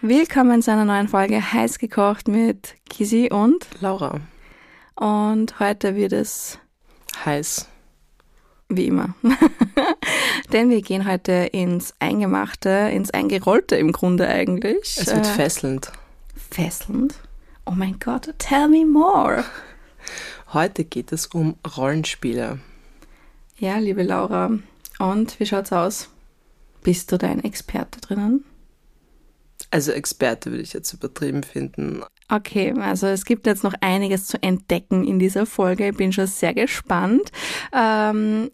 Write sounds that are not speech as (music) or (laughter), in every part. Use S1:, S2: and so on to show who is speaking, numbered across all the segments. S1: Willkommen zu einer neuen Folge Heiß gekocht mit Kisi und
S2: Laura,
S1: und heute wird es
S2: heiß.
S1: wie immer. (laughs) Denn wir gehen heute ins Eingemachte, ins Eingerollte im Grunde eigentlich.
S2: Es wird
S1: Äh,
S2: fesselnd.
S1: fesselnd. Oh mein Gott, tell me more.
S2: Heute geht es um Rollenspiele.
S1: Ja, liebe Laura, und wie schaut's aus? Bist du dein Experte drinnen?
S2: Also Experte würde ich jetzt übertrieben finden.
S1: Okay, also es gibt jetzt noch einiges zu entdecken in dieser Folge. Ich bin schon sehr gespannt. Ähm,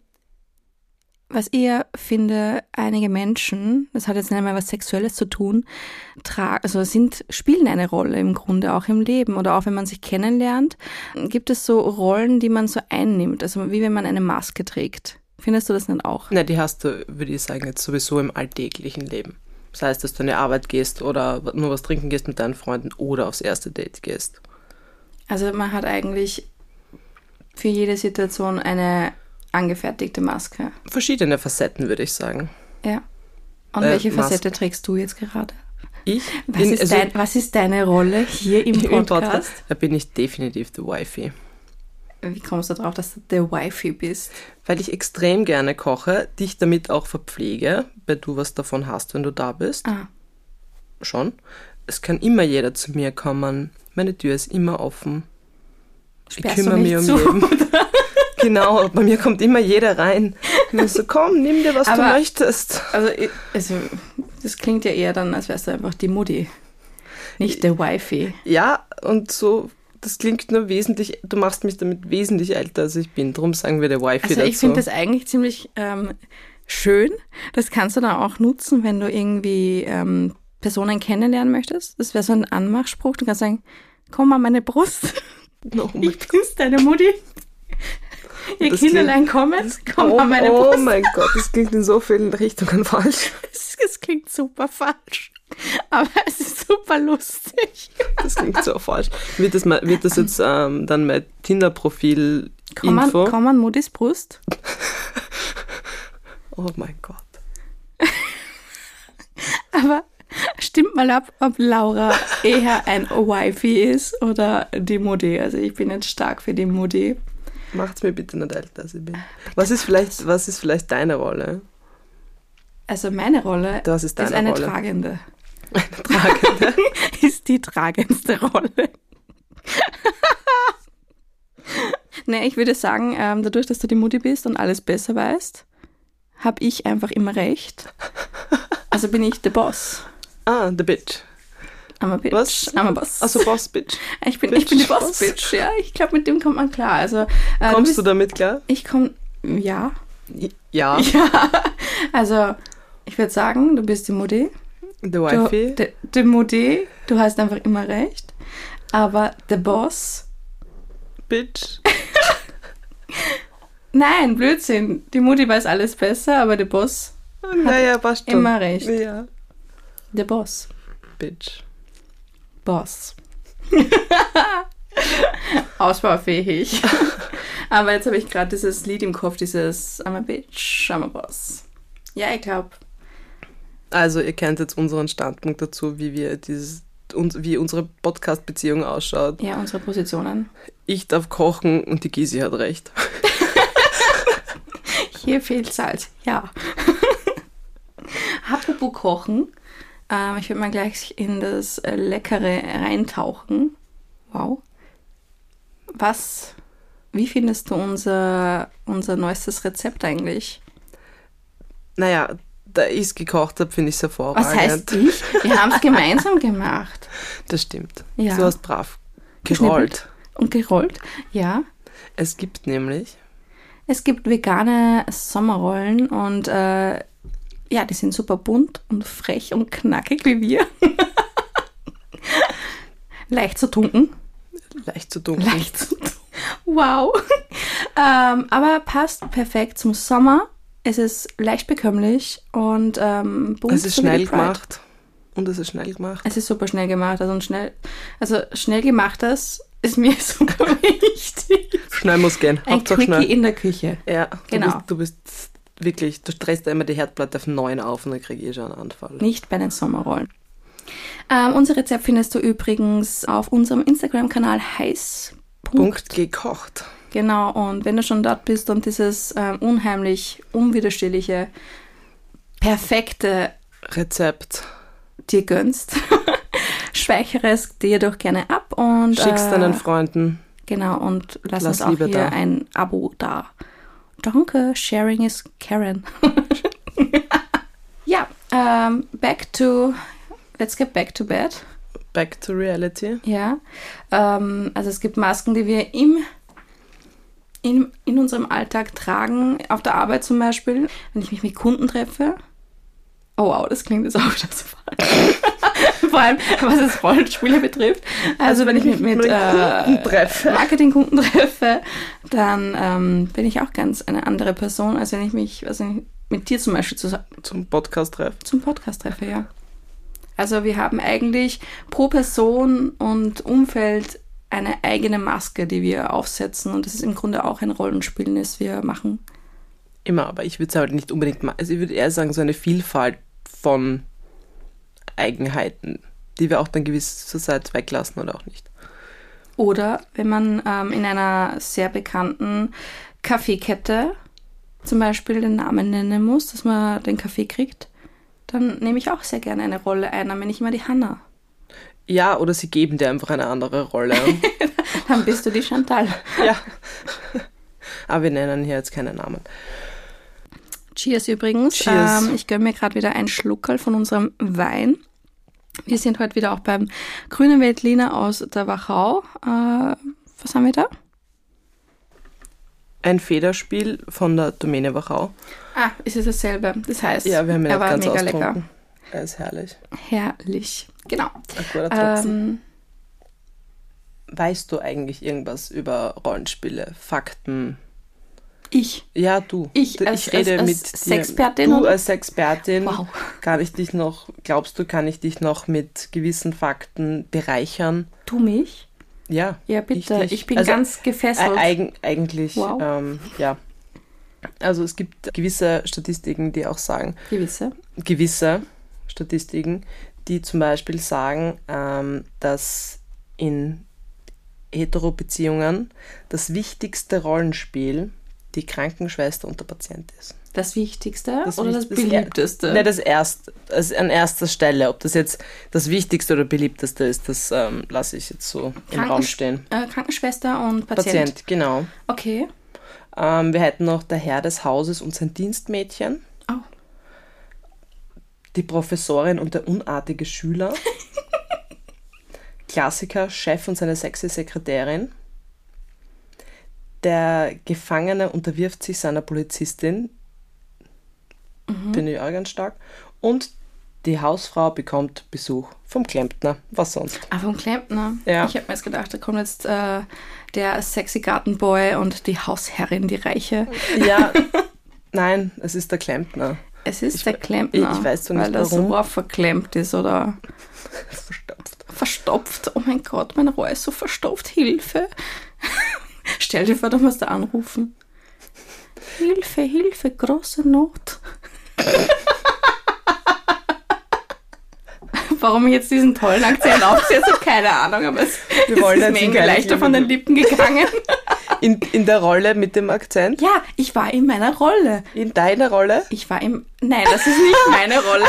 S1: was ihr finde, einige Menschen, das hat jetzt nicht mal was Sexuelles zu tun, tra also sind, spielen eine Rolle im Grunde auch im Leben oder auch wenn man sich kennenlernt, gibt es so Rollen, die man so einnimmt, also wie wenn man eine Maske trägt. Findest du das nicht auch?
S2: Na, die hast du, würde ich sagen, jetzt sowieso im alltäglichen Leben. Das heißt, dass du in die Arbeit gehst oder nur was trinken gehst mit deinen Freunden oder aufs erste Date gehst.
S1: Also man hat eigentlich für jede Situation eine angefertigte Maske.
S2: Verschiedene Facetten, würde ich sagen.
S1: Ja. Und
S2: Äh,
S1: welche
S2: Maske.
S1: Facette trägst du jetzt gerade?
S2: Ich also
S1: Was, ist dein, was ist deine Rolle hier im
S2: (laughs) im
S1: Podcast?
S2: Podcast, da bin ich definitiv die Wifi.
S1: Wie kommst du darauf, dass du der Wifi bist?
S2: Weil ich extrem gerne koche, dich damit auch verpflege, weil du was davon hast, wenn du da bist.
S1: Ah.
S2: Schon. Es kann immer jeder zu mir kommen. Meine Tür ist immer offen.
S1: Sperrst du nicht zu?
S2: um jeden. (laughs) genau, bei mir kommt immer jeder rein. Und ich so, komm, nimm dir, was
S1: Aber-
S2: du möchtest.
S1: (laughs) Also, ich- also, das klingt ja eher dann, als wärst du einfach die Mutti. Nicht der Wifi.
S2: Ja, und so, das klingt nur wesentlich, du machst mich damit wesentlich älter, als ich bin. Drum sagen wir der Wifi
S1: Also
S2: dazu.
S1: ich finde das eigentlich ziemlich ähm, schön. Das kannst du dann auch nutzen, wenn du irgendwie ähm, Personen kennenlernen möchtest. Das wäre so ein Anmachspruch. Du kannst sagen, komm an meine Brust,
S2: (laughs) oh mein
S1: ich bin's, deine Mutti. Ihr
S2: Das
S1: Kinderlein kommt, komm
S2: oh,
S1: an meine
S2: oh
S1: Brust.
S2: mein Gott, das klingt in so vielen Richtungen (laughs) falsch.
S1: Das, (laughs) das klingt super falsch. Aber es ist super lustig.
S2: Das klingt so falsch. Wird das, mal, wird das jetzt ähm, dann mein
S1: Komm an,
S2: Tinder-Profil-Info?
S1: komm an Muttis Brust.
S2: Oh mein Gott.
S1: Aber stimmt mal ab, ob Laura eher ein Wifi ist oder die Mutti. Also ich bin jetzt stark für die Mutti.
S2: Macht's mir bitte nicht älter, als ich bin. Was ist vielleicht, was ist vielleicht deine Rolle?
S1: Also meine Rolle
S2: Das ist deine
S1: ist eine
S2: Rolle.
S1: tragende.
S2: Trage.
S1: (laughs) Ist die tragendste Rolle. (laughs) nee, ich würde sagen, ähm, dadurch, dass du die Mutti bist und alles besser weißt, habe ich einfach immer recht. Also bin ich der Boss.
S2: Ah, the bitch.
S1: I'm a bitch.
S2: Was?
S1: I'm a boss.
S2: Also
S1: (laughs)
S2: Boss Bitch.
S1: ich bin, ich bin die
S2: Bitch, Boss.
S1: Boss-Bitch, ja. Ich glaube, mit dem kommt man klar. Also, äh,
S2: Kommst du
S1: bist-
S2: damit klar?
S1: Ich komme, ja.
S2: Ja,
S1: Ja, also ich würde sagen, du bist die Mutti.
S2: the
S1: Du,
S2: Wifi.
S1: de, de Mutti, du hast einfach immer recht. Aber der Boss, (laughs)
S2: Bitch.
S1: nein, Blödsinn. Die Mutti weiß alles besser, aber der Boss,
S2: Naja, passt schon.
S1: immer recht.
S2: Ja.
S1: der Boss,
S2: Bitch.
S1: Boss. (laughs) Ausbaufähig. (laughs) aber jetzt habe ich gerade dieses Lied im Kopf, dieses I'm a bitch, I'm a boss. Ja, ich glaube,
S2: Also, ihr kennt jetzt unseren Standpunkt dazu, wie wir dieses, uns, wie unsere Podcast-Beziehung ausschaut.
S1: ja, unsere Positionen.
S2: Ich darf kochen und die Gisi hat recht. (laughs)
S1: Hier fehlt Salz, ja. (laughs) Apropos Kochen, ähm, ich würde mal gleich in das äh, Leckere reintauchen. Wow. Was, wie findest du unser, unser neuestes Rezept eigentlich?
S2: Naja, da ich es gekocht habe, finde ich es hervorragend.
S1: Was heißt ich? Wir haben es gemeinsam gemacht
S2: Das stimmt.
S1: Ja.
S2: Du hast brav
S1: Geschnippelt.
S2: gerollt.
S1: und gerollt. Ja,
S2: Es gibt nämlich
S1: es gibt vegane Sommerrollen und äh, ja, die sind super bunt und frech und knackig wie wir. (laughs) Leicht zu tunken.
S2: leicht zu dunkel.
S1: Leicht zu tun. Wow. ähm, aber passt perfekt zum Sommer. Es ist leicht bekömmlich und ähm, bunt
S2: Es ist
S1: so wie die
S2: schnell
S1: Pride.
S2: gemacht. Und es ist schnell gemacht.
S1: Es ist super schnell gemacht. Also, ein schnell, also schnell gemachtes ist mir (laughs) super wichtig.
S2: Schnell muss gehen.
S1: Ein
S2: Hauptsache
S1: Quickie
S2: schnell.
S1: in der Küche.
S2: Ja,
S1: Genau.
S2: Du bist, du bist wirklich, du stresst da immer die Herdplatte auf neun auf und dann krieg ich eh schon einen Anfall.
S1: Nicht bei den Sommerrollen. Ähm, unser Rezept findest du übrigens auf unserem Instagram-Kanal heiß.
S2: Punkt gekocht.
S1: Genau, und wenn du schon dort bist und dieses ähm, unheimlich unwiderstehliche, perfekte
S2: Rezept.
S1: dir gönnst, (laughs) speichere es dir doch gerne ab und
S2: Schickst
S1: äh,
S2: deinen Freunden.
S1: Genau, und lass,
S2: Lass
S1: uns auch
S2: Liebe
S1: hier
S2: da.
S1: ein Abo da. Danke, sharing is Karen. (laughs) ja, ähm, back to, let's get back to bed.
S2: Back to reality.
S1: Ja, ähm, also es gibt Masken, die wir im, in, in unserem Alltag tragen, auf der Arbeit zum Beispiel, wenn ich mich mit Kunden treffe. Oh wow, das klingt jetzt (laughs) auch wieder so falsch. Vor allem, was das Rollenspiele betrifft. Also wenn ich mit, mit
S2: Mit
S1: äh,
S2: Kunden treffe.
S1: Marketingkunden (laughs) treffe, dann ähm, bin ich auch ganz eine andere Person, als wenn ich mich also mit dir zum Beispiel zusammen
S2: Zum Podcast treffen.
S1: zum Podcast treffe, ja. Also wir haben eigentlich pro Person und Umfeld eine eigene Maske, die wir aufsetzen. Und das ist im Grunde auch ein Rollenspiel, das wir machen.
S2: Immer, aber ich würde es halt nicht unbedingt machen. Also ich würde eher sagen, so eine Vielfalt von Eigenheiten, die wir auch dann gewisserseits weglassen oder auch nicht.
S1: Oder wenn man ähm, in einer sehr bekannten Kaffeekette zum Beispiel den Namen nennen muss, dass man den Kaffee kriegt, dann nehme ich auch sehr gerne eine Rolle ein. Dann bin ich immer die Hanna. (laughs)
S2: Ja, oder sie geben dir einfach eine andere Rolle.
S1: Dann bist du die Chantal.
S2: ja. Aber wir nennen hier jetzt keine Namen.
S1: Cheers übrigens.
S2: Cheers.
S1: Ähm, ich gönne mir gerade wieder einen Schluckerl von unserem Wein. Wir sind heute wieder auch beim Grünen Veltliner aus der Wachau. Äh, was haben wir da?
S2: Ein Federspiel von der Domäne Wachau.
S1: Ah, es ist dasselbe. Das heißt,
S2: Ja, wir haben ihn
S1: er
S2: nicht
S1: war
S2: ganz
S1: mega
S2: ausgetrunken.
S1: lecker.
S2: Er ist herrlich.
S1: Herrlich. Genau.
S2: Ein guter Tropfen.
S1: Ähm,
S2: Weißt du eigentlich irgendwas über Rollenspiele, Fakten?
S1: ich.
S2: Ja, du.
S1: Ich
S2: Du-
S1: als-
S2: rede
S1: als- als
S2: mit
S1: Sexpertin
S2: Dir. Du
S1: oder-
S2: als Expertin.
S1: Wow.
S2: Kann ich dich noch, glaubst du, kann ich dich noch mit gewissen Fakten bereichern?
S1: Du mich?
S2: Ja.
S1: Ja, bitte. Ich,
S2: dich.
S1: bin
S2: Also,
S1: ganz gefesselt.
S2: Ei- eigen, eigentlich,
S1: Wow.
S2: ähm, ja. Also es gibt gewisse Statistiken, die auch sagen,
S1: Gewisse.
S2: gewisse Statistiken, die zum Beispiel sagen, ähm, dass in Hetero-Beziehungen das wichtigste Rollenspiel die Krankenschwester und der Patient ist.
S1: Das Wichtigste oder das
S2: Wichtigste-
S1: Beliebteste?
S2: Nein, das erst, also an erster Stelle. Ob das jetzt das Wichtigste oder beliebteste ist, das ähm, lasse ich jetzt so im
S1: Krankensch-
S2: Raum stehen.
S1: äh, Krankenschwester und Patient.
S2: Patient, genau.
S1: Okay.
S2: Ähm, wir hätten noch der Herr des Hauses und sein Dienstmädchen,
S1: Oh.
S2: die Professorin und der unartige Schüler, (laughs) Klassiker, Chef und seine sexy Sekretärin, der Gefangene unterwirft sich seiner Polizistin, bin ich auch ganz stark, und die Hausfrau bekommt Besuch vom Klempner, was sonst.
S1: Ah, vom Klempner.
S2: Ja.
S1: Ich habe mir jetzt gedacht, da kommt jetzt äh, der sexy Gartenboy und die Hausherrin, die Reiche.
S2: Ja, (laughs) nein, es ist der Klempner.
S1: Es ist der
S2: we-
S1: Klempner.
S2: ich- ich weiß so nicht,
S1: Weil das
S2: warum.
S1: Rohr verklemmt ist oder
S2: Verstopft.
S1: verstopft. Oh mein Gott, mein Rohr ist so verstopft. Hilfe. (laughs) Stell dir vor, du musst da anrufen. Hilfe, Hilfe, große Not. (laughs) Warum ich jetzt diesen tollen Akzent aufsetze, keine Ahnung, aber es
S2: Wir wollen
S1: es ist mir
S2: jetzt in
S1: irgendwie
S2: keine
S1: leichter von den Lippen gegangen.
S2: In, in der Rolle mit dem Akzent?
S1: Ja, ich war in meiner Rolle.
S2: In deiner Rolle?
S1: Ich war im. Nein, das ist nicht meine
S2: (laughs)
S1: Rolle.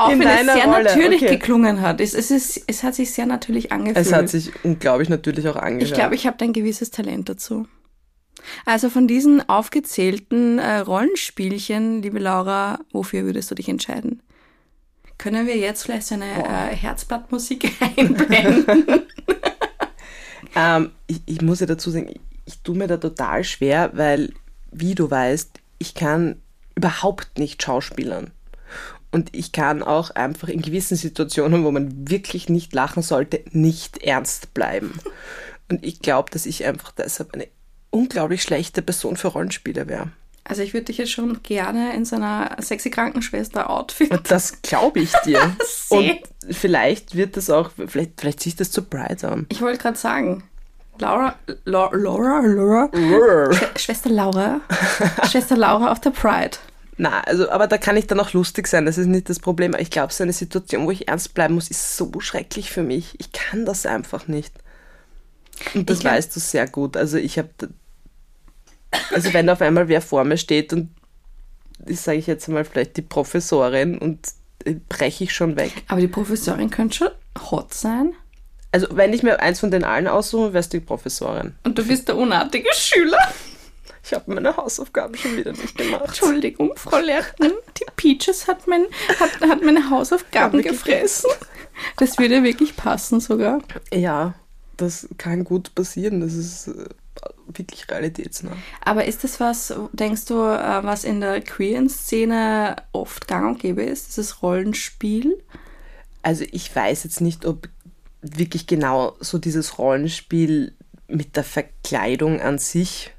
S1: Auch
S2: In
S1: wenn es
S2: deiner
S1: sehr
S2: Rolle,
S1: natürlich
S2: okay.
S1: geklungen hat. Es, es, ist, es hat sich sehr natürlich angefühlt.
S2: Es hat sich unglaublich natürlich auch
S1: ich
S2: angehört.
S1: glaube, ich habe da ein gewisses Talent dazu. Also von diesen aufgezählten äh, Rollenspielchen, liebe Laura, wofür würdest du dich entscheiden? Können wir jetzt vielleicht so eine äh, Herzblattmusik (laughs) einblenden?
S2: Ähm, ich, ich muss ja dazu sagen, ich, ich tue mir da total schwer, weil, wie du weißt, ich kann überhaupt nicht schauspielern. Und ich kann auch einfach in gewissen Situationen, wo man wirklich nicht lachen sollte, nicht ernst bleiben. Und ich glaube, dass ich einfach deshalb eine unglaublich schlechte Person für Rollenspiele wäre.
S1: also ich würde dich jetzt schon gerne in so einer sexy Krankenschwester-Outfit.
S2: (laughs) Und das glaube ich dir.
S1: Sehr.
S2: Und vielleicht wird das auch, vielleicht, vielleicht zieht das zu Bright an.
S1: Ich wollte gerade sagen, Laura,
S2: Mhm.
S1: (laughs) Laura, Laura, Laura, Schwester Laura. Schwester Laura auf der Pride.
S2: Na, also, aber da kann ich dann auch lustig sein, das ist nicht das Problem. Ich glaube, so eine Situation, wo ich ernst bleiben muss, ist so schrecklich für mich. Ich kann das einfach nicht. Und das
S1: Ich glaub-
S2: weißt du sehr gut. Also ich habe, also wenn auf einmal wer vor mir steht und ich sage ich jetzt mal vielleicht die Professorin und breche ich schon weg.
S1: Aber die Professorin könnte schon hot sein.
S2: Also wenn ich mir eins von den allen aussuche, wärst du die Professorin.
S1: Und du bist der unartige Schüler.
S2: Ich habe meine Hausaufgaben schon wieder nicht gemacht.
S1: Entschuldigung, (laughs) Frau Lehrerin, die Peaches hat, mein, hat, hat meine Hausaufgaben
S2: Haben wir
S1: gefressen. Das würde wirklich passen sogar.
S2: Ja, das kann gut passieren. Das ist äh, wirklich realitätsnah.
S1: Aber ist das was, denkst du, äh, was in der queeren Szene oft gang und gäbe ist? Dieses Rollenspiel?
S2: Also ich weiß jetzt nicht, ob wirklich genau so dieses Rollenspiel mit der Verkleidung an sich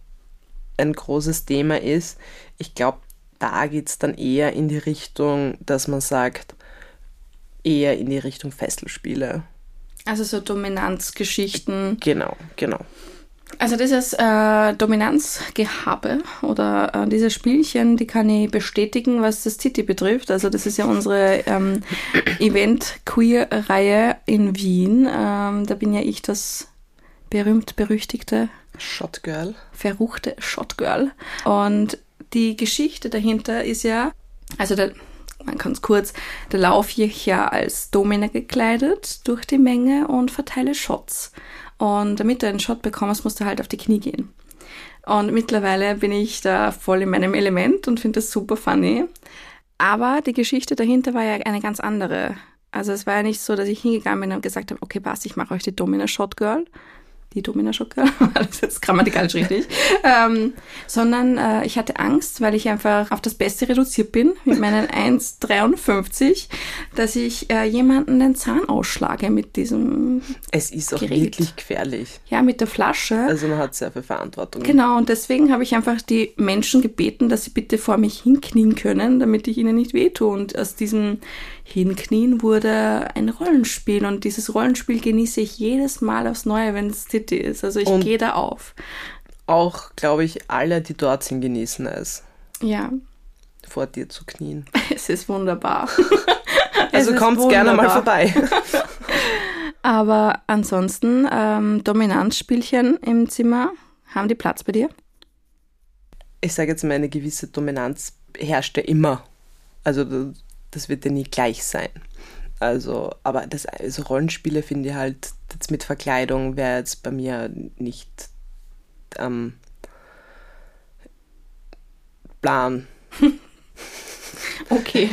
S2: ein großes Thema ist. Ich glaube, da geht es dann eher in die Richtung, dass man sagt, eher in die Richtung Fesselspiele.
S1: Also so Dominanzgeschichten.
S2: Genau, genau.
S1: Also dieses äh, Dominanzgehabe oder äh, diese Spielchen, die kann ich bestätigen, was das Titi betrifft. Also das ist ja unsere ähm, Event-Queer-Reihe in Wien. Ähm, da bin ja ich das berühmt-berüchtigte
S2: Shotgirl.
S1: verruchte Shotgirl. Und die Geschichte dahinter ist ja, also der, man kann es kurz, der laufe ich ja als Domina gekleidet durch die Menge und verteile Shots. Und damit du einen Shot bekommst, musst du halt auf die Knie gehen. Und mittlerweile bin ich da voll in meinem Element und finde das super funny. Aber die Geschichte dahinter war ja eine ganz andere. Also es war ja nicht so, dass ich hingegangen bin und gesagt habe, okay, passt, ich mache euch die Domina Shot Girl. Die Domina Shot (laughs) Girl, das ist grammatikalisch richtig. ähm, sondern äh, ich hatte Angst, weil ich einfach auf das Beste reduziert bin, mit
S2: (laughs)
S1: meinen 1,53, dass ich äh, jemanden den Zahn ausschlage mit diesem,
S2: Es ist auch
S1: Gerät.
S2: wirklich gefährlich.
S1: ja, mit der Flasche.
S2: Also man hat sehr viel Verantwortung.
S1: Genau, und deswegen habe ich einfach die Menschen gebeten, dass sie bitte vor mich hinknien können, damit ich ihnen nicht wehtue. Und aus diesem Hinknien wurde ein Rollenspiel. Und dieses Rollenspiel genieße ich jedes Mal aufs Neue, wenn es City ist. Also ich
S2: Und-
S1: gehe da auf.
S2: Auch, glaube ich, alle, die dort sind, genießen es,
S1: Ja,
S2: vor dir zu knien.
S1: es ist
S2: (laughs)
S1: wunderbar. (laughs) Es
S2: Also
S1: ist
S2: kommt gerne mal
S1: wunderbar.
S2: vorbei. (laughs)
S1: Aber ansonsten, ähm, Dominanzspielchen im Zimmer, haben die Platz bei dir?
S2: ich sage jetzt mal, eine gewisse Dominanz herrscht ja immer. Also d- das wird ja nie gleich sein. Also, aber das also Rollenspiele finde ich halt jetzt mit Verkleidung wäre jetzt bei mir nicht ähm, am Plan.
S1: Okay.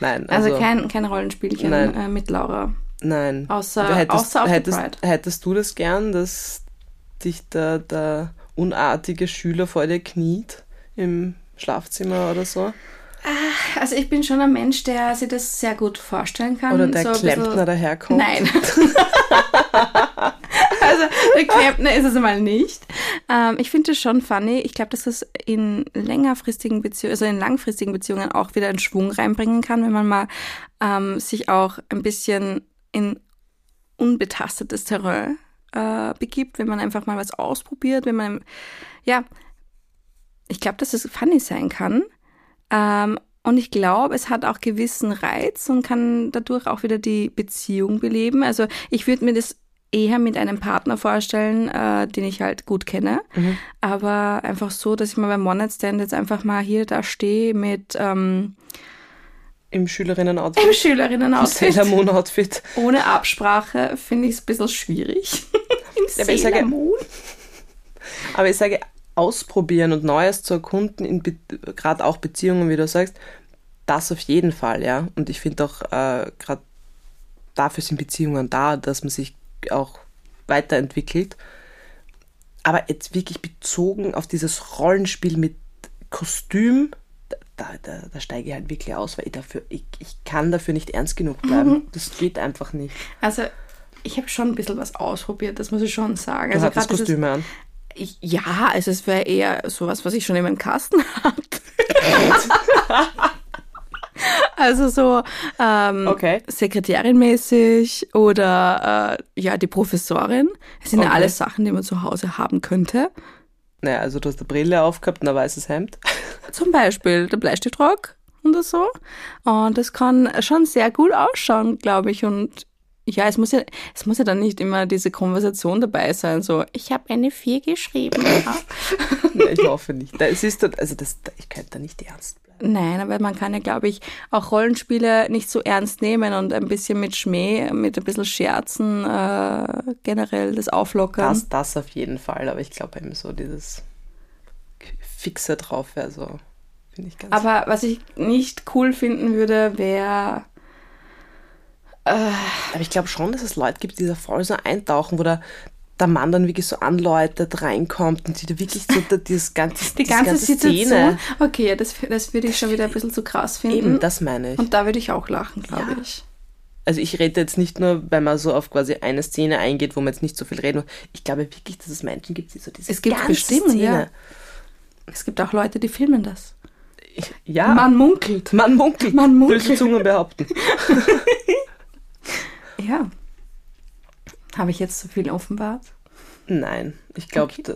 S2: Nein,
S1: Also,
S2: also,
S1: kein, kein Rollenspielchen
S2: Nein.
S1: äh, mit Laura.
S2: nein.
S1: Außer-
S2: hättest,
S1: außer auf der
S2: hättest,
S1: Pride.
S2: hättest du das gern, dass dich der, der unartige Schüler vor dir kniet im Schlafzimmer oder so?
S1: Also ich bin schon ein Mensch, der sich das sehr gut vorstellen kann.
S2: Oder der
S1: Ähm, so ein bisschen-
S2: Klempner daherkommt?
S1: Nein. (laughs) also der Klempner ist es mal nicht. Ähm, ich finde es schon funny. Ich glaube, dass das in längerfristigen Beziehungen, also in langfristigen Beziehungen auch wieder einen Schwung reinbringen kann, wenn man mal ähm, sich auch ein bisschen in unbetastetes Terrain äh, begibt, wenn man einfach mal was ausprobiert, wenn man, ja, ich glaube, dass es funny sein kann. Ähm, und ich glaube, es hat auch gewissen Reiz und kann dadurch auch wieder die Beziehung beleben. Also ich würde mir das eher mit einem Partner vorstellen, äh, den ich halt gut kenne.
S2: Mhm.
S1: Aber einfach so, dass ich mal beim One-Night-Stand jetzt einfach mal hier da stehe mit ähm,
S2: Im Schülerinnen-Outfit?
S1: einem Schülerinnen-Outfit.
S2: Sailor Moon Outfit.
S1: Ohne Absprache finde ich es ein bisschen schwierig.
S2: (laughs)
S1: Im
S2: aber ich
S1: Sailor
S2: sage-
S1: Moon.
S2: Aber ich sage, ausprobieren und Neues zu erkunden, in Be- gerade auch Beziehungen, wie du sagst, das auf jeden Fall, ja. Und ich finde auch, äh, gerade dafür sind Beziehungen da, dass man sich auch weiterentwickelt. Aber jetzt wirklich bezogen auf dieses Rollenspiel mit Kostüm, da, da, da steige ich halt wirklich aus, weil ich, dafür, ich, ich kann dafür nicht ernst genug
S1: Mhm.
S2: bleiben. Das geht einfach nicht.
S1: Also ich habe schon ein bisschen was ausprobiert, das muss ich schon sagen.
S2: Du
S1: also
S2: hattest
S1: gerade dieses-
S2: Kostüme an.
S1: Ich, ja, also es wäre eher sowas, was ich schon in meinem Kasten (laughs) hatte. also so ähm,
S2: Okay.
S1: Sekretärin-mäßig oder äh, ja, die Professorin. Das sind ja
S2: Okay.
S1: alles Sachen, die man zu Hause haben könnte.
S2: Naja, also du hast eine Brille aufgehabt und ein weißes Hemd.
S1: Zum Beispiel der Bleistiftrock oder so. Und das kann schon sehr gut ausschauen, glaube ich. Und ja, es muss ja, es muss ja dann nicht immer diese Konversation dabei sein, so, ich habe eine 4 geschrieben. ja.
S2: Nein, ich hoffe nicht. Da- Es ist dort, also das, da- ich könnte da nicht ernst bleiben.
S1: Nein, aber man kann ja, glaube ich, auch Rollenspiele nicht so ernst nehmen und ein bisschen mit Schmäh, mit ein bisschen Scherzen äh, generell das auflockern.
S2: Das, das auf jeden Fall, aber ich glaube eben so dieses Fixer drauf wäre so, finde ich ganz
S1: Aber was ich nicht cool finden würde, wäre.
S2: Aber ich glaube schon, dass es Leute gibt, die da voll so eintauchen, wo der, der Mann dann wirklich so anläutert, reinkommt und sie da wirklich so da, dieses (laughs) ganze,
S1: Die
S2: diese
S1: ganze, Situation.
S2: Szene.
S1: Okay, ja, das, das würde ich schon wieder ein bisschen zu krass finden.
S2: Eben, das meine ich.
S1: Und da würde ich auch lachen, glaube
S2: Ja.
S1: ich.
S2: Also ich rede jetzt nicht nur, wenn man so auf quasi eine Szene eingeht, wo man jetzt nicht so viel reden muss. Ich glaube wirklich, dass es Menschen gibt, die so diese
S1: Es gibt
S2: ganze
S1: bestimmt,
S2: Szene.
S1: ja. Es gibt auch Leute, die filmen das.
S2: Ich, ja.
S1: Man
S2: Man,
S1: munkelt.
S2: munkelt.
S1: Man munkelt.
S2: Böse Zungen behaupten.
S1: Ja. Habe ich jetzt zu viel offenbart?
S2: Nein, ich glaube, da,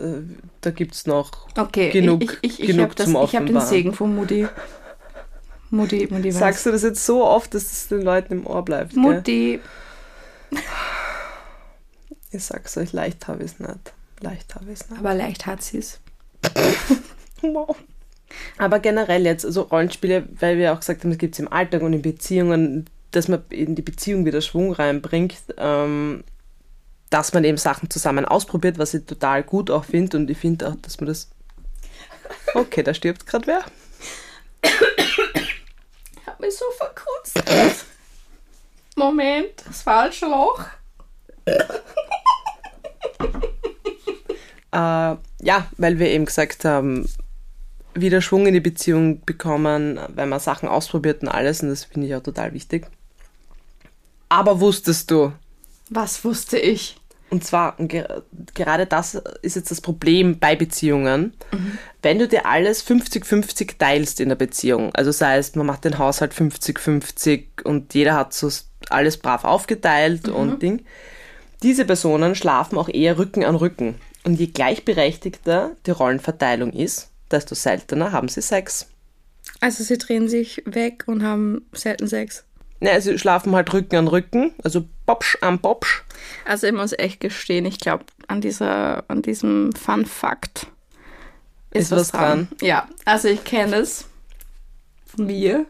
S2: da gibt es noch
S1: Okay,
S2: genug,
S1: ich, ich, ich, ich
S2: genug
S1: habe das-
S2: zum
S1: ich habe den
S2: Offenbaren.
S1: Segen von Mutti. Mutti, Mutti,
S2: Sagst du das jetzt so oft, dass es den Leuten im Ohr bleibt? gell?
S1: Mutti,
S2: Ich sag's euch, leicht habe ich es nicht. Leicht habe ich es nicht.
S1: aber leicht hat sie es.
S2: Wow. Aber generell jetzt, also Rollenspiele, weil wir auch gesagt haben, es gibt es im Alltag und in Beziehungen, dass man in die Beziehung wieder Schwung reinbringt, ähm, dass man eben Sachen zusammen ausprobiert, was ich total gut auch finde und ich finde auch, dass man das. Okay, da stirbt gerade wer.
S1: Ich habe mich so verkrutzt. Moment, das falsche Loch.
S2: Äh, ja, weil wir eben gesagt haben, wieder Schwung in die Beziehung bekommen, wenn man Sachen ausprobiert und alles und das finde ich auch total wichtig. Aber wusstest du,
S1: Was wusste ich?
S2: Und zwar, und ger gerade das ist jetzt das Problem bei Beziehungen. Wenn du dir alles 50-50 teilst in der Beziehung, also sei es, man macht den Haushalt 50-50 und jeder hat so s- alles brav aufgeteilt und Ding, diese Personen schlafen auch eher Rücken an Rücken. Und je gleichberechtigter die Rollenverteilung ist, desto seltener haben sie Sex.
S1: Also sie drehen sich weg und haben selten Sex.
S2: Ne, sie schlafen halt Rücken an Rücken, also Popsch am Popsch.
S1: Also ich muss echt gestehen, ich glaube an dieser, an diesem Fun Fact
S2: Ist was dran.
S1: Ja, also ich kenne es von mir.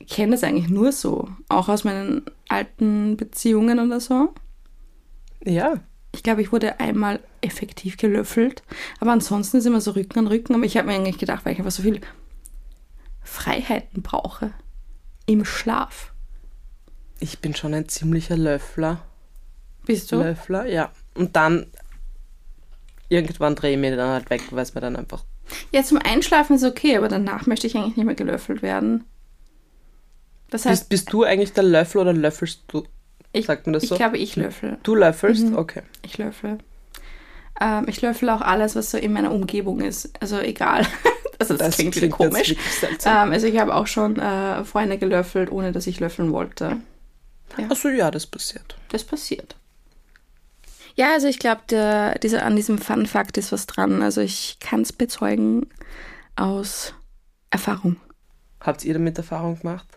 S1: Ich kenne das eigentlich nur so, auch aus meinen alten Beziehungen oder so.
S2: Ja,
S1: Ich glaube, ich wurde einmal effektiv gelöffelt, aber ansonsten ist immer so Rücken an Rücken. Aber ich habe mir eigentlich gedacht, weil ich einfach so viel Freiheiten brauche im Schlaf.
S2: ich bin schon ein ziemlicher Löffler.
S1: Bist du?
S2: Löffler, ja. Und dann irgendwann drehe ich mich dann halt weg, weil es mir dann einfach.
S1: Ja, zum Einschlafen ist okay, aber danach möchte ich eigentlich nicht mehr gelöffelt werden. Das heißt,
S2: Bist, bist du eigentlich der Löffel oder löffelst du?
S1: ich,
S2: sagt man das
S1: ich Mhm.
S2: so?
S1: glaube, ich löffel.
S2: Du löffelst? Okay.
S1: Ich löffel. Ähm, ich löffel auch alles, was so in meiner Umgebung ist. Also egal. (laughs) Also das, klingt, wieder
S2: jetzt
S1: komisch.
S2: wirklich seltsam.
S1: Ähm, also ich habe auch schon äh, Freunde gelöffelt, ohne dass ich löffeln wollte. Äh.
S2: Achso, ja, das passiert.
S1: das passiert. Ja, also ich glaube, dieser, an diesem Fun-Fact ist was dran. Also ich kann es bezeugen aus Erfahrung.
S2: Habt ihr damit Erfahrung gemacht?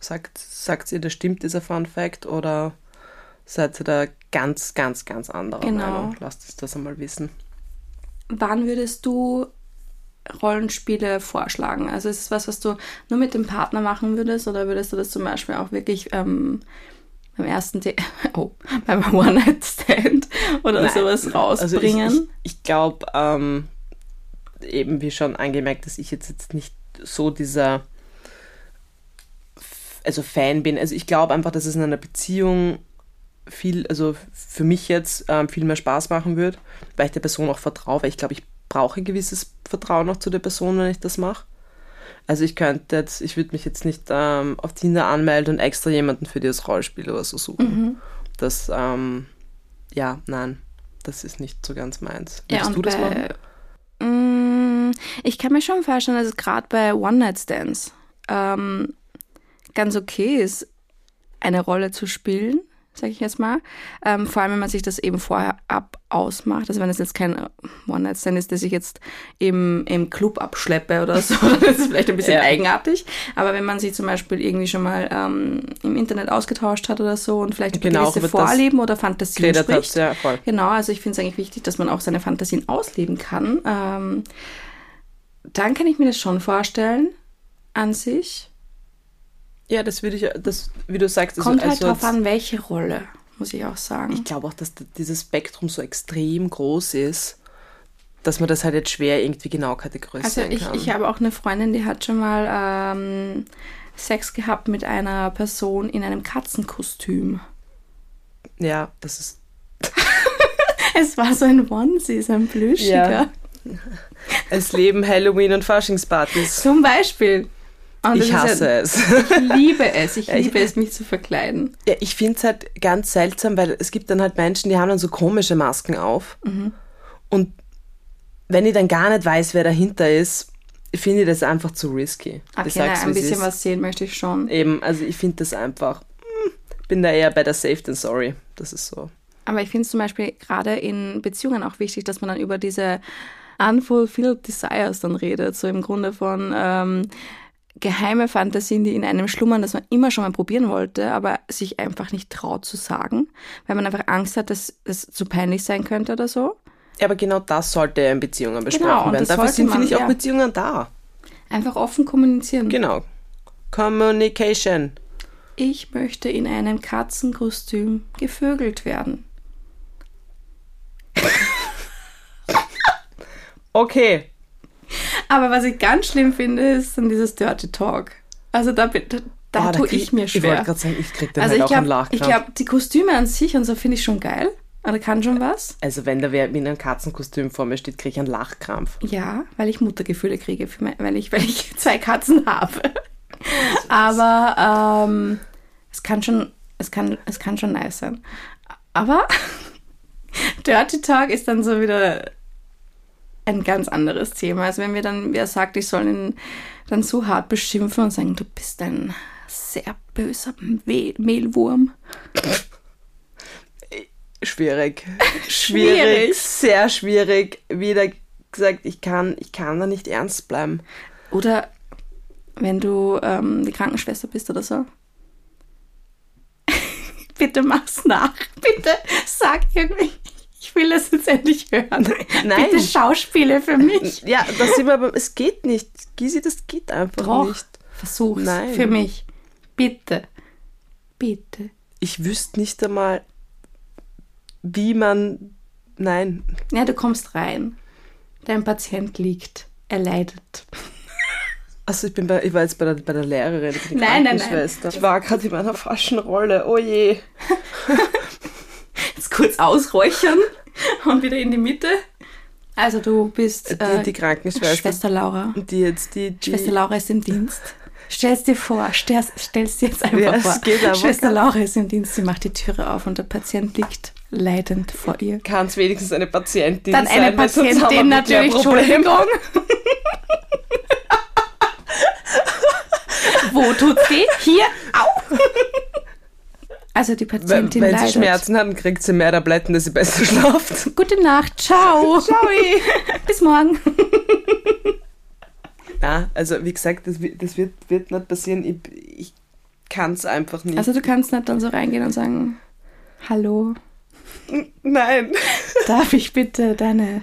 S2: Sagt, sagt ihr, das stimmt, dieser Fun Fact? Oder seid ihr da ganz, ganz, ganz anderer
S1: Genau.
S2: Meinung? Lasst uns das einmal wissen.
S1: Wann würdest du Rollenspiele vorschlagen? Also ist es was, was du nur mit dem Partner machen würdest oder würdest du das zum Beispiel auch wirklich ähm, beim ersten, De (laughs) oh, beim One-Night-Stand oder
S2: Nein,
S1: sowas rausbringen?
S2: Also ich ich, ich glaube, ähm, eben wie schon angemerkt, dass ich jetzt, jetzt nicht so dieser F- also Fan bin. Also ich glaube einfach, dass es in einer Beziehung viel, also für mich jetzt ähm, viel mehr Spaß machen wird, weil ich der Person auch vertraue, weil ich glaube, ich brauche ein gewisses Vertrauen auch zu der Person, wenn ich das mache. Also ich könnte jetzt, ich würde mich jetzt nicht ähm, auf Tinder anmelden und extra jemanden für dieses Rollenspiel oder so suchen.
S1: Mhm.
S2: Das, ähm, ja, nein, das ist nicht so ganz meins. Willst du das machen?
S1: Mm, Ich kann mir schon vorstellen, dass es gerade bei One-Night-Stands ähm, ganz okay ist, eine Rolle zu spielen, sage ich jetzt mal. Ähm, vor allem, wenn man sich das eben vorher ab ausmacht. Also wenn es jetzt kein One-Night-Stand ist, das ich jetzt im, im Club abschleppe oder so, (laughs) das ist vielleicht ein bisschen ja. eigenartig. Aber wenn man sich zum Beispiel irgendwie schon mal ähm, im Internet ausgetauscht hat oder so und vielleicht über genau, gewisse Vorlieben oder Fantasien spricht.
S2: Ja, voll.
S1: Genau, also ich finde es eigentlich wichtig, dass man auch seine Fantasien ausleben kann. Ähm, dann kann ich mir das schon vorstellen an sich.
S2: Ja, das würde ich, das, wie du sagst,
S1: kommt also, halt also drauf an, welche Rolle, muss ich auch sagen.
S2: Ich glaube auch, dass dieses Spektrum so extrem groß ist, dass man das halt jetzt schwer irgendwie genau kategorisieren
S1: also ich,
S2: kann.
S1: Also ich habe auch eine Freundin, die hat schon mal ähm, Sex gehabt mit einer Person in einem Katzenkostüm. (laughs)
S2: Ja, das ist.
S1: es war so ein Onesie, so ein Plüschiger. Ja.
S2: Es leben Halloween und Faschingspartys.
S1: Zum Beispiel.
S2: Und ich hasse
S1: ja,
S2: es.
S1: Ich liebe es. Ich liebe es, mich zu verkleiden.
S2: Ja, ich finde es halt ganz seltsam, weil es gibt dann halt Menschen, die haben dann so komische Masken auf. Mhm. Und wenn ich dann gar nicht weiß, wer dahinter ist, finde ich das einfach zu risky.
S1: Okay, ich sag's, na, Ah, ein bisschen was sehen möchte ich schon.
S2: Eben, also ich finde das einfach, hm, bin da eher bei der Safe than Sorry. Das ist so.
S1: Aber ich finde es zum Beispiel gerade in Beziehungen auch wichtig, dass man dann über diese unfulfilled desires dann redet. So im Grunde von... Ähm, geheime Fantasien, die in einem schlummern, das man immer schon mal probieren wollte, aber sich einfach nicht traut zu sagen, weil man einfach Angst hat, dass es zu peinlich sein könnte oder so.
S2: Ja, aber genau das sollte in Beziehungen besprochen genau, werden. Dafür sind, finde ich, auch ja. Beziehungen da.
S1: Einfach offen kommunizieren.
S2: Genau. Communication.
S1: Ich möchte in einem Katzenkostüm gevögelt werden.
S2: okay.
S1: Aber was ich ganz schlimm finde, ist dann dieses Dirty Talk. Also da, da, da oh, tue ich mir schwer.
S2: Ah, Ich wollte gerade sagen, ich kriege dann also halt auch glaub, einen Lachkrampf.
S1: Ich glaube, die Kostüme an sich und so finde ich schon geil. Oder kann schon was.
S2: Also wenn da wer mit einem Katzenkostüm vor mir steht, kriege ich einen Lachkrampf.
S1: Ja, weil ich Muttergefühle kriege, mein, weil, ich, weil ich (laughs) zwei Katzen habe. Aber ähm, es, kann schon, es, kann, es kann schon nice sein. Aber (laughs) Dirty Talk ist dann so wieder ein ganz anderes Thema. Also wenn mir dann wer sagt, ich soll ihn dann so hart beschimpfen und sagen, du bist ein sehr böser We Mehlwurm.
S2: (laughs) Schwierig. schwierig. sehr schwierig. Wieder gesagt, ich kann, ich kann da nicht ernst bleiben.
S1: Oder wenn du ähm, die Krankenschwester bist oder so. (laughs) Bitte mach's nach. (laughs) Bitte sag irgendwie. Ich will das jetzt endlich hören.
S2: Nein.
S1: Bitte Schauspiele für mich.
S2: Ja, das sind wir aber, es geht nicht. Gisi, das geht einfach Doch, nicht.
S1: Versuch's Nein. für mich. Bitte. Bitte.
S2: Ich wüsste nicht einmal, wie man. Nein.
S1: Ja, du kommst rein. Dein Patient liegt. Er leidet.
S2: Also ich bin bei, ich war jetzt bei der, bei der Lehrerin, die
S1: nein, nein, nein.
S2: Ich war gerade in meiner falschen Rolle. Oh je.
S1: jetzt kurz ausräuchern (laughs) und wieder in die Mitte. Also du bist
S2: äh, die, die, Krankenschwester
S1: Schwester Laura.
S2: Die jetzt die, die
S1: Schwester Laura ist im Dienst. Stellst dir vor, stellst, stellst dir jetzt einfach ja, vor.
S2: Geht aber
S1: Schwester Laura ist im Dienst, sie macht die Türe auf und der Patient liegt leidend vor ihr.
S2: Kann es wenigstens eine Patientin
S1: Dann
S2: sein,
S1: eine Patientin natürlich,
S2: (laughs)
S1: Entschuldigung. Wo tut's weh? Hier, au! Also die Patientin
S2: Wenn, wenn
S1: leidet.
S2: sie Schmerzen haben, kriegt sie mehr Tabletten, dass sie besser (laughs) schlaft.
S1: Gute Nacht, ciao.
S2: ciao.
S1: (laughs) Bis morgen.
S2: Na, also wie gesagt, das, das wird, wird nicht passieren. Ich, ich kann es einfach nicht.
S1: Also du kannst nicht dann so reingehen und sagen, hallo.
S2: Nein. (laughs)
S1: Darf ich bitte deine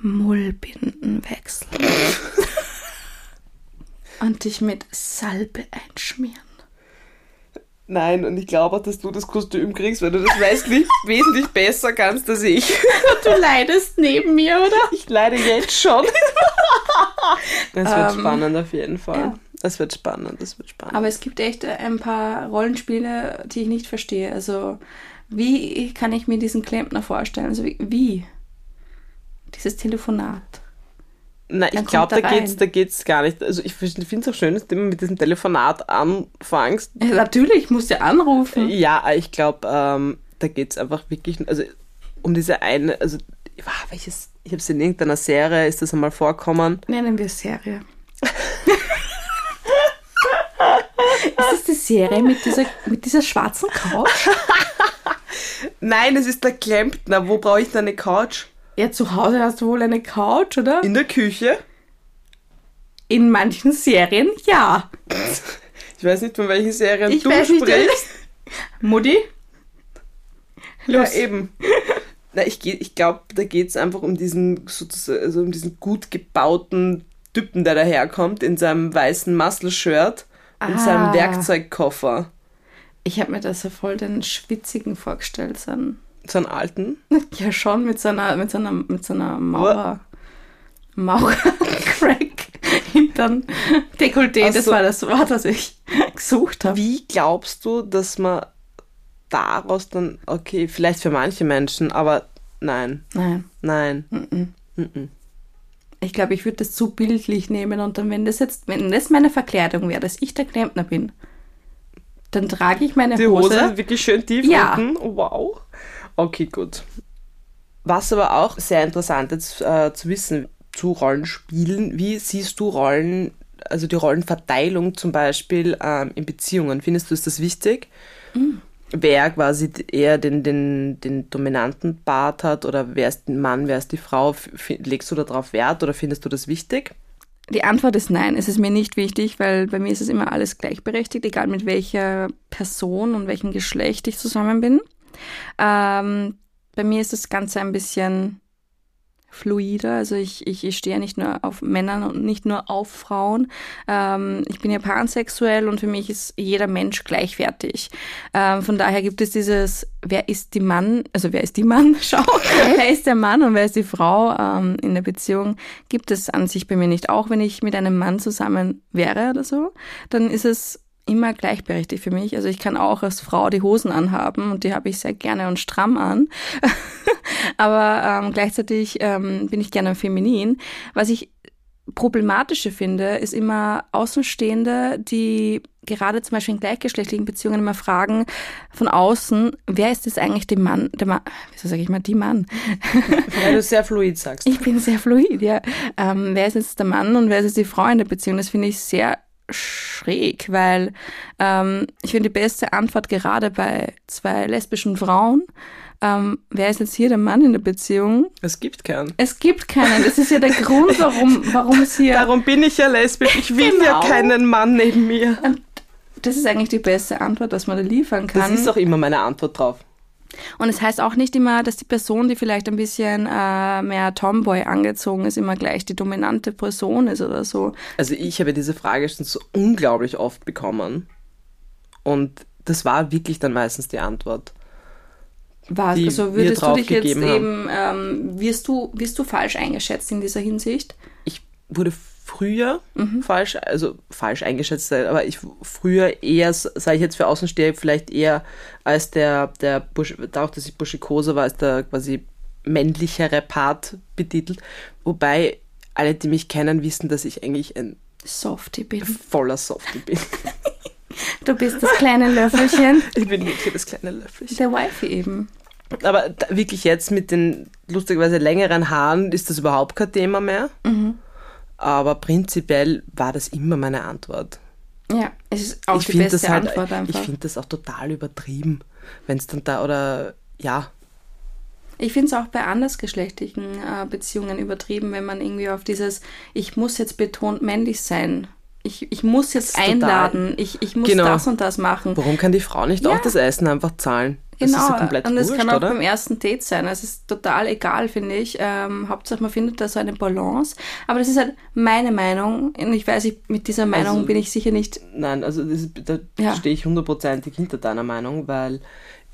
S1: Mullbinden wechseln? und dich mit Salbe einschmieren?
S2: Nein, und ich glaube auch, dass du das Kostüm kriegst, weil du das
S1: (laughs)
S2: weißt nicht wesentlich besser kannst als ich.
S1: (laughs) Du leidest neben mir, oder?
S2: Ich leide jetzt schon. (laughs) Das wird um, spannend auf jeden Fall. Ja. Das wird spannend, das wird spannend.
S1: Ähm, Aber es gibt echt äh, ein paar Rollenspiele, die ich nicht verstehe. Also, wie kann ich mir diesen Klempner vorstellen? Also, wie? Dieses Telefonat.
S2: Nein, ich glaube, da, da geht's, da geht's gar nicht. Also ich finde es auch schön, dass du immer mit diesem Telefonat anfängst.
S1: Ja, natürlich, musst du anrufen.
S2: Ja, ich glaube, ähm, da geht's einfach wirklich, also um diese eine, also wow, welches, ich habe es in irgendeiner Serie, ist das einmal vorkommen?
S1: Nennen wir Serie. (laughs) Ist das die Serie mit dieser, mit dieser schwarzen Couch?
S2: Nein, es ist der Klempner. Wo brauche ich denn eine Couch?
S1: Ja, zu Hause hast du wohl eine Couch, oder?
S2: In der Küche?
S1: In manchen Serien, ja.
S2: Ich weiß nicht, von welchen Serien
S1: Ich
S2: du
S1: weiß nicht,
S2: sprichst.
S1: (laughs) Mutti? Los.
S2: Ja, eben. (laughs) Na, ich, geh- ich glaube, da geht es einfach um diesen, sozusagen, also um diesen gut gebauten Typen, der daherkommt, in seinem weißen Muscle-Shirt und
S1: Ah.
S2: seinem Werkzeugkoffer.
S1: Ich habe mir das so voll den Schwitzigen vorgestellt. So einen,
S2: So einen alten.
S1: ja, schon mit so einer, mit so einer, mit so einer Mauer. (laughs) Mauer-Crack hintern Dekolleté.
S2: Ach
S1: Das
S2: so.
S1: war das Wort, das ich (laughs) gesucht habe.
S2: Wie glaubst du, dass man daraus dann, okay, vielleicht für manche Menschen, aber nein,
S1: Nein.
S2: nein.
S1: Ich glaube, ich würde das zu bildlich nehmen und dann, wenn das jetzt, wenn das meine Verkleidung wäre, dass ich der Klempner bin, dann trage ich meine
S2: Die
S1: Hose.
S2: Hose wirklich schön tief
S1: Ja.
S2: unten. Wow. Okay, gut. Was aber auch sehr interessant jetzt äh, zu wissen zu Rollenspielen, wie siehst du Rollen, also die Rollenverteilung zum Beispiel ähm, in Beziehungen? Findest du, ist das wichtig? Mhm. Wer quasi eher den, den, den dominanten Part hat oder wer ist ein Mann, wer ist die Frau? F- Legst du darauf Wert oder findest du das wichtig?
S1: Die Antwort ist nein. Es ist mir nicht wichtig, weil bei mir ist es immer alles gleichberechtigt, egal mit welcher Person und welchem Geschlecht ich zusammen bin. Ähm, bei mir ist das Ganze ein bisschen fluider. Also ich, ich, ich stehe ja nicht nur auf Männern und nicht nur auf Frauen. Ähm, ich bin ja pansexuell und für mich ist jeder Mensch gleichwertig. Ähm, von daher gibt es dieses, wer ist die Mann, also wer ist die Mann, schau, wer ist der Mann und wer ist die Frau ähm, in der Beziehung, gibt es an sich bei mir nicht. Auch wenn ich mit einem Mann zusammen wäre oder so, dann ist es immer gleichberechtigt für mich. Also ich kann auch als Frau die Hosen anhaben und die habe ich sehr gerne und stramm an. (laughs) Aber ähm, gleichzeitig ähm, bin ich gerne feminin. Was ich problematische finde, ist immer Außenstehende, die gerade zum Beispiel in gleichgeschlechtlichen Beziehungen immer fragen von außen, wer ist jetzt eigentlich der Mann, der Mann, wieso sage ich mal die Mann? (laughs)
S2: Weil du sehr fluid sagst.
S1: Ich bin sehr fluid, ja. Ähm, wer ist jetzt der Mann und wer ist jetzt die Frau in der Beziehung? Das finde ich sehr schräg, weil ähm, ich finde die beste Antwort gerade bei zwei lesbischen Frauen, ähm, wer ist jetzt hier der Mann in der Beziehung?
S2: Es gibt keinen.
S1: Es gibt keinen. Das ist ja der Grund, warum, warum es
S2: (laughs)
S1: hier
S2: Darum bin ich ja lesbisch. Ich will ja
S1: Genau.
S2: keinen Mann neben mir.
S1: Das ist eigentlich die beste Antwort, was man da liefern
S2: Das
S1: kann.
S2: ist auch immer meine Antwort drauf.
S1: und es heißt auch nicht immer, dass die Person, die vielleicht ein bisschen äh, mehr Tomboy angezogen ist, immer gleich die dominante Person ist oder so.
S2: Also ich habe diese Frage schon so unglaublich oft bekommen. Und das war wirklich dann meistens die Antwort.
S1: War,
S2: Die
S1: also
S2: wir
S1: würdest du dich jetzt
S2: draufgegeben
S1: eben, ähm, wirst, du, wirst du falsch eingeschätzt in dieser Hinsicht?
S2: Ich wurde früher falsch, also falsch eingeschätzt, aber ich früher eher, sage ich jetzt für Außensteher, vielleicht eher als der, der Busch, dadurch, dass ich Buschikose war, als der quasi männlichere Part betitelt. Wobei alle, die mich kennen, wissen, dass ich eigentlich ein
S1: Softie bin.
S2: voller Softie bin. (laughs)
S1: Du bist das kleine Löffelchen.
S2: Ich bin wirklich das kleine Löffelchen.
S1: (laughs) Der Wifi eben.
S2: Aber da, wirklich jetzt mit den lustigerweise längeren Haaren ist das überhaupt kein Thema mehr.
S1: Mhm.
S2: Aber prinzipiell war das immer meine Antwort.
S1: Ja, es ist auch
S2: ich
S1: die
S2: finde
S1: beste
S2: das halt,
S1: Antwort einfach.
S2: ich finde das auch total übertrieben, wenn es dann da oder ja,
S1: Ich finde es auch bei andersgeschlechtlichen äh, Beziehungen übertrieben, wenn man irgendwie auf dieses, ich muss jetzt betont männlich sein. Ich, ich muss jetzt
S2: ist total-
S1: einladen, ich, ich muss
S2: Genau.
S1: das und das machen.
S2: warum kann die Frau nicht
S1: Ja. Genau,
S2: auch das Essen einfach zahlen? Das ist ja komplett
S1: und das
S2: wurscht,
S1: kann auch
S2: oder?
S1: beim ersten Date sein. Also Es ist total egal, finde ich. Ähm, Hauptsache, man findet da so eine Balance. Aber das ist halt meine Meinung. Und ich weiß, ich, mit dieser Meinung
S2: Also-
S1: bin ich sicher nicht.
S2: Nein, also das, ist- da
S1: Ja.
S2: stehe ich hundertprozentig hinter deiner Meinung, weil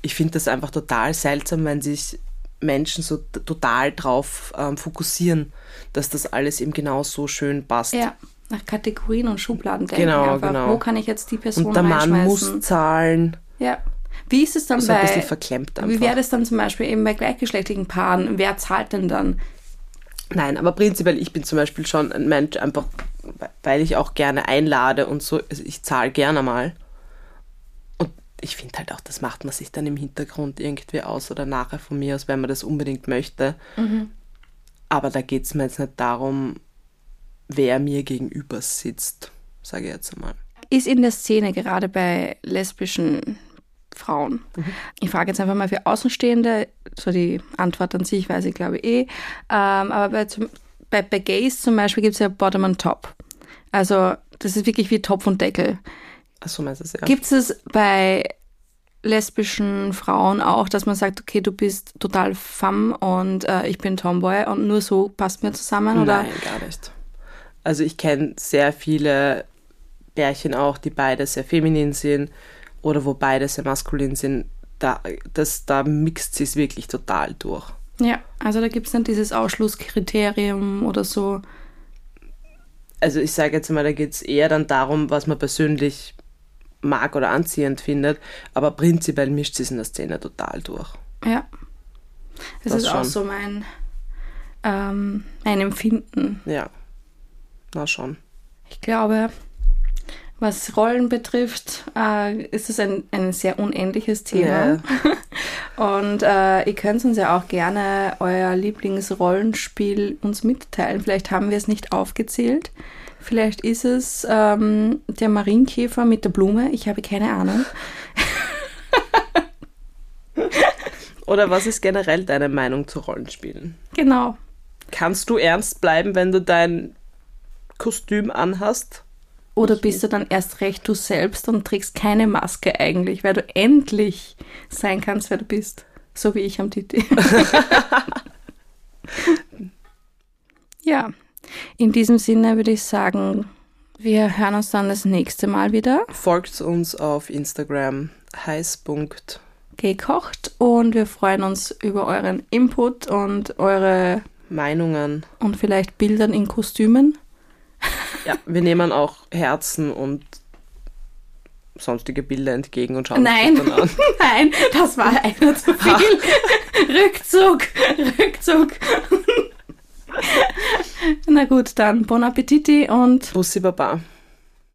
S2: ich finde das einfach total seltsam, wenn sich Menschen so t- total drauf ähm, fokussieren, dass das alles eben genau so schön passt.
S1: Ja, nach Kategorien und Schubladen denken.
S2: Genau,
S1: einfach.
S2: genau.
S1: Wo kann ich jetzt die Person
S2: Und der Mann
S1: reinschmeißen?
S2: muss zahlen.
S1: Ja. Wie ist es dann
S2: So
S1: bei.
S2: ein bisschen verklemmt
S1: Wie wäre
S2: einfach.
S1: das dann zum Beispiel eben bei gleichgeschlechtlichen Paaren? Wer zahlt denn dann?
S2: Nein, aber prinzipiell, ich bin zum Beispiel schon ein Mensch, einfach weil ich auch gerne einlade und so, also ich zahle gerne mal. Und ich finde halt auch, das macht man sich dann im Hintergrund irgendwie aus oder nachher von mir aus, wenn man das unbedingt möchte. Aber da geht es mir jetzt nicht darum, wer mir gegenüber sitzt, sage ich jetzt einmal.
S1: ist in der Szene, gerade bei lesbischen Frauen. Mhm. Ich frage jetzt einfach mal für Außenstehende, so die Antwort an sich weiß ich glaube eh, ähm, aber bei, zum, bei, bei Gays zum Beispiel gibt es ja Bottom und Top. Also das ist wirklich wie Topf und Deckel.
S2: Ach so meinst du es, ja.
S1: Gibt es bei lesbischen Frauen auch, dass man sagt, okay, du bist total femme und äh, ich bin Tomboy und nur so passt mir zusammen? Oder?
S2: Nein, gar nicht. Also ich kenne sehr viele Bärchen auch, die beide sehr feminin sind oder wo beide sehr maskulin sind. Da, das, da mixt sie es wirklich total durch.
S1: Ja, also da gibt es dann dieses Ausschlusskriterium oder so.
S2: Also ich sage jetzt mal, da geht es eher dann darum, was man persönlich mag oder anziehend findet, aber prinzipiell mischt sie es in der Szene total durch.
S1: Ja. Das,
S2: Das
S1: ist auch
S2: schon.
S1: so mein, ähm, mein Empfinden.
S2: Ja, na schon.
S1: Ich glaube, was Rollen betrifft, äh, ist es ein, ein sehr unendliches Thema. (laughs) Und äh, ihr könnt uns ja auch gerne euer Lieblingsrollenspiel uns mitteilen. Vielleicht haben wir es nicht aufgezählt. Vielleicht ist es ähm, der Marienkäfer mit der Blume. Ich habe keine Ahnung.
S2: Oder was ist generell deine Meinung zu Rollenspielen?
S1: Genau.
S2: Kannst du ernst bleiben, wenn du dein Kostüm anhast?
S1: Oder bist du dann erst recht du selbst und trägst keine Maske eigentlich, weil du endlich sein kannst, wer du bist. So wie ich am Titi. (laughs) ja, in diesem Sinne würde ich sagen, wir hören uns dann das nächste Mal wieder
S2: Folgt uns auf Instagram heiß.
S1: gekocht und wir freuen uns über euren Input und eure
S2: Meinungen.
S1: und vielleicht Bildern in Kostümen.
S2: Ja, wir nehmen auch Herzen und sonstige Bilder entgegen und schauen
S1: Nein.
S2: uns das dann an.
S1: (laughs) Nein, das war einer zu viel. Rückzug, Rückzug. (laughs) Na gut, dann bon appetiti und
S2: Bussi Baba.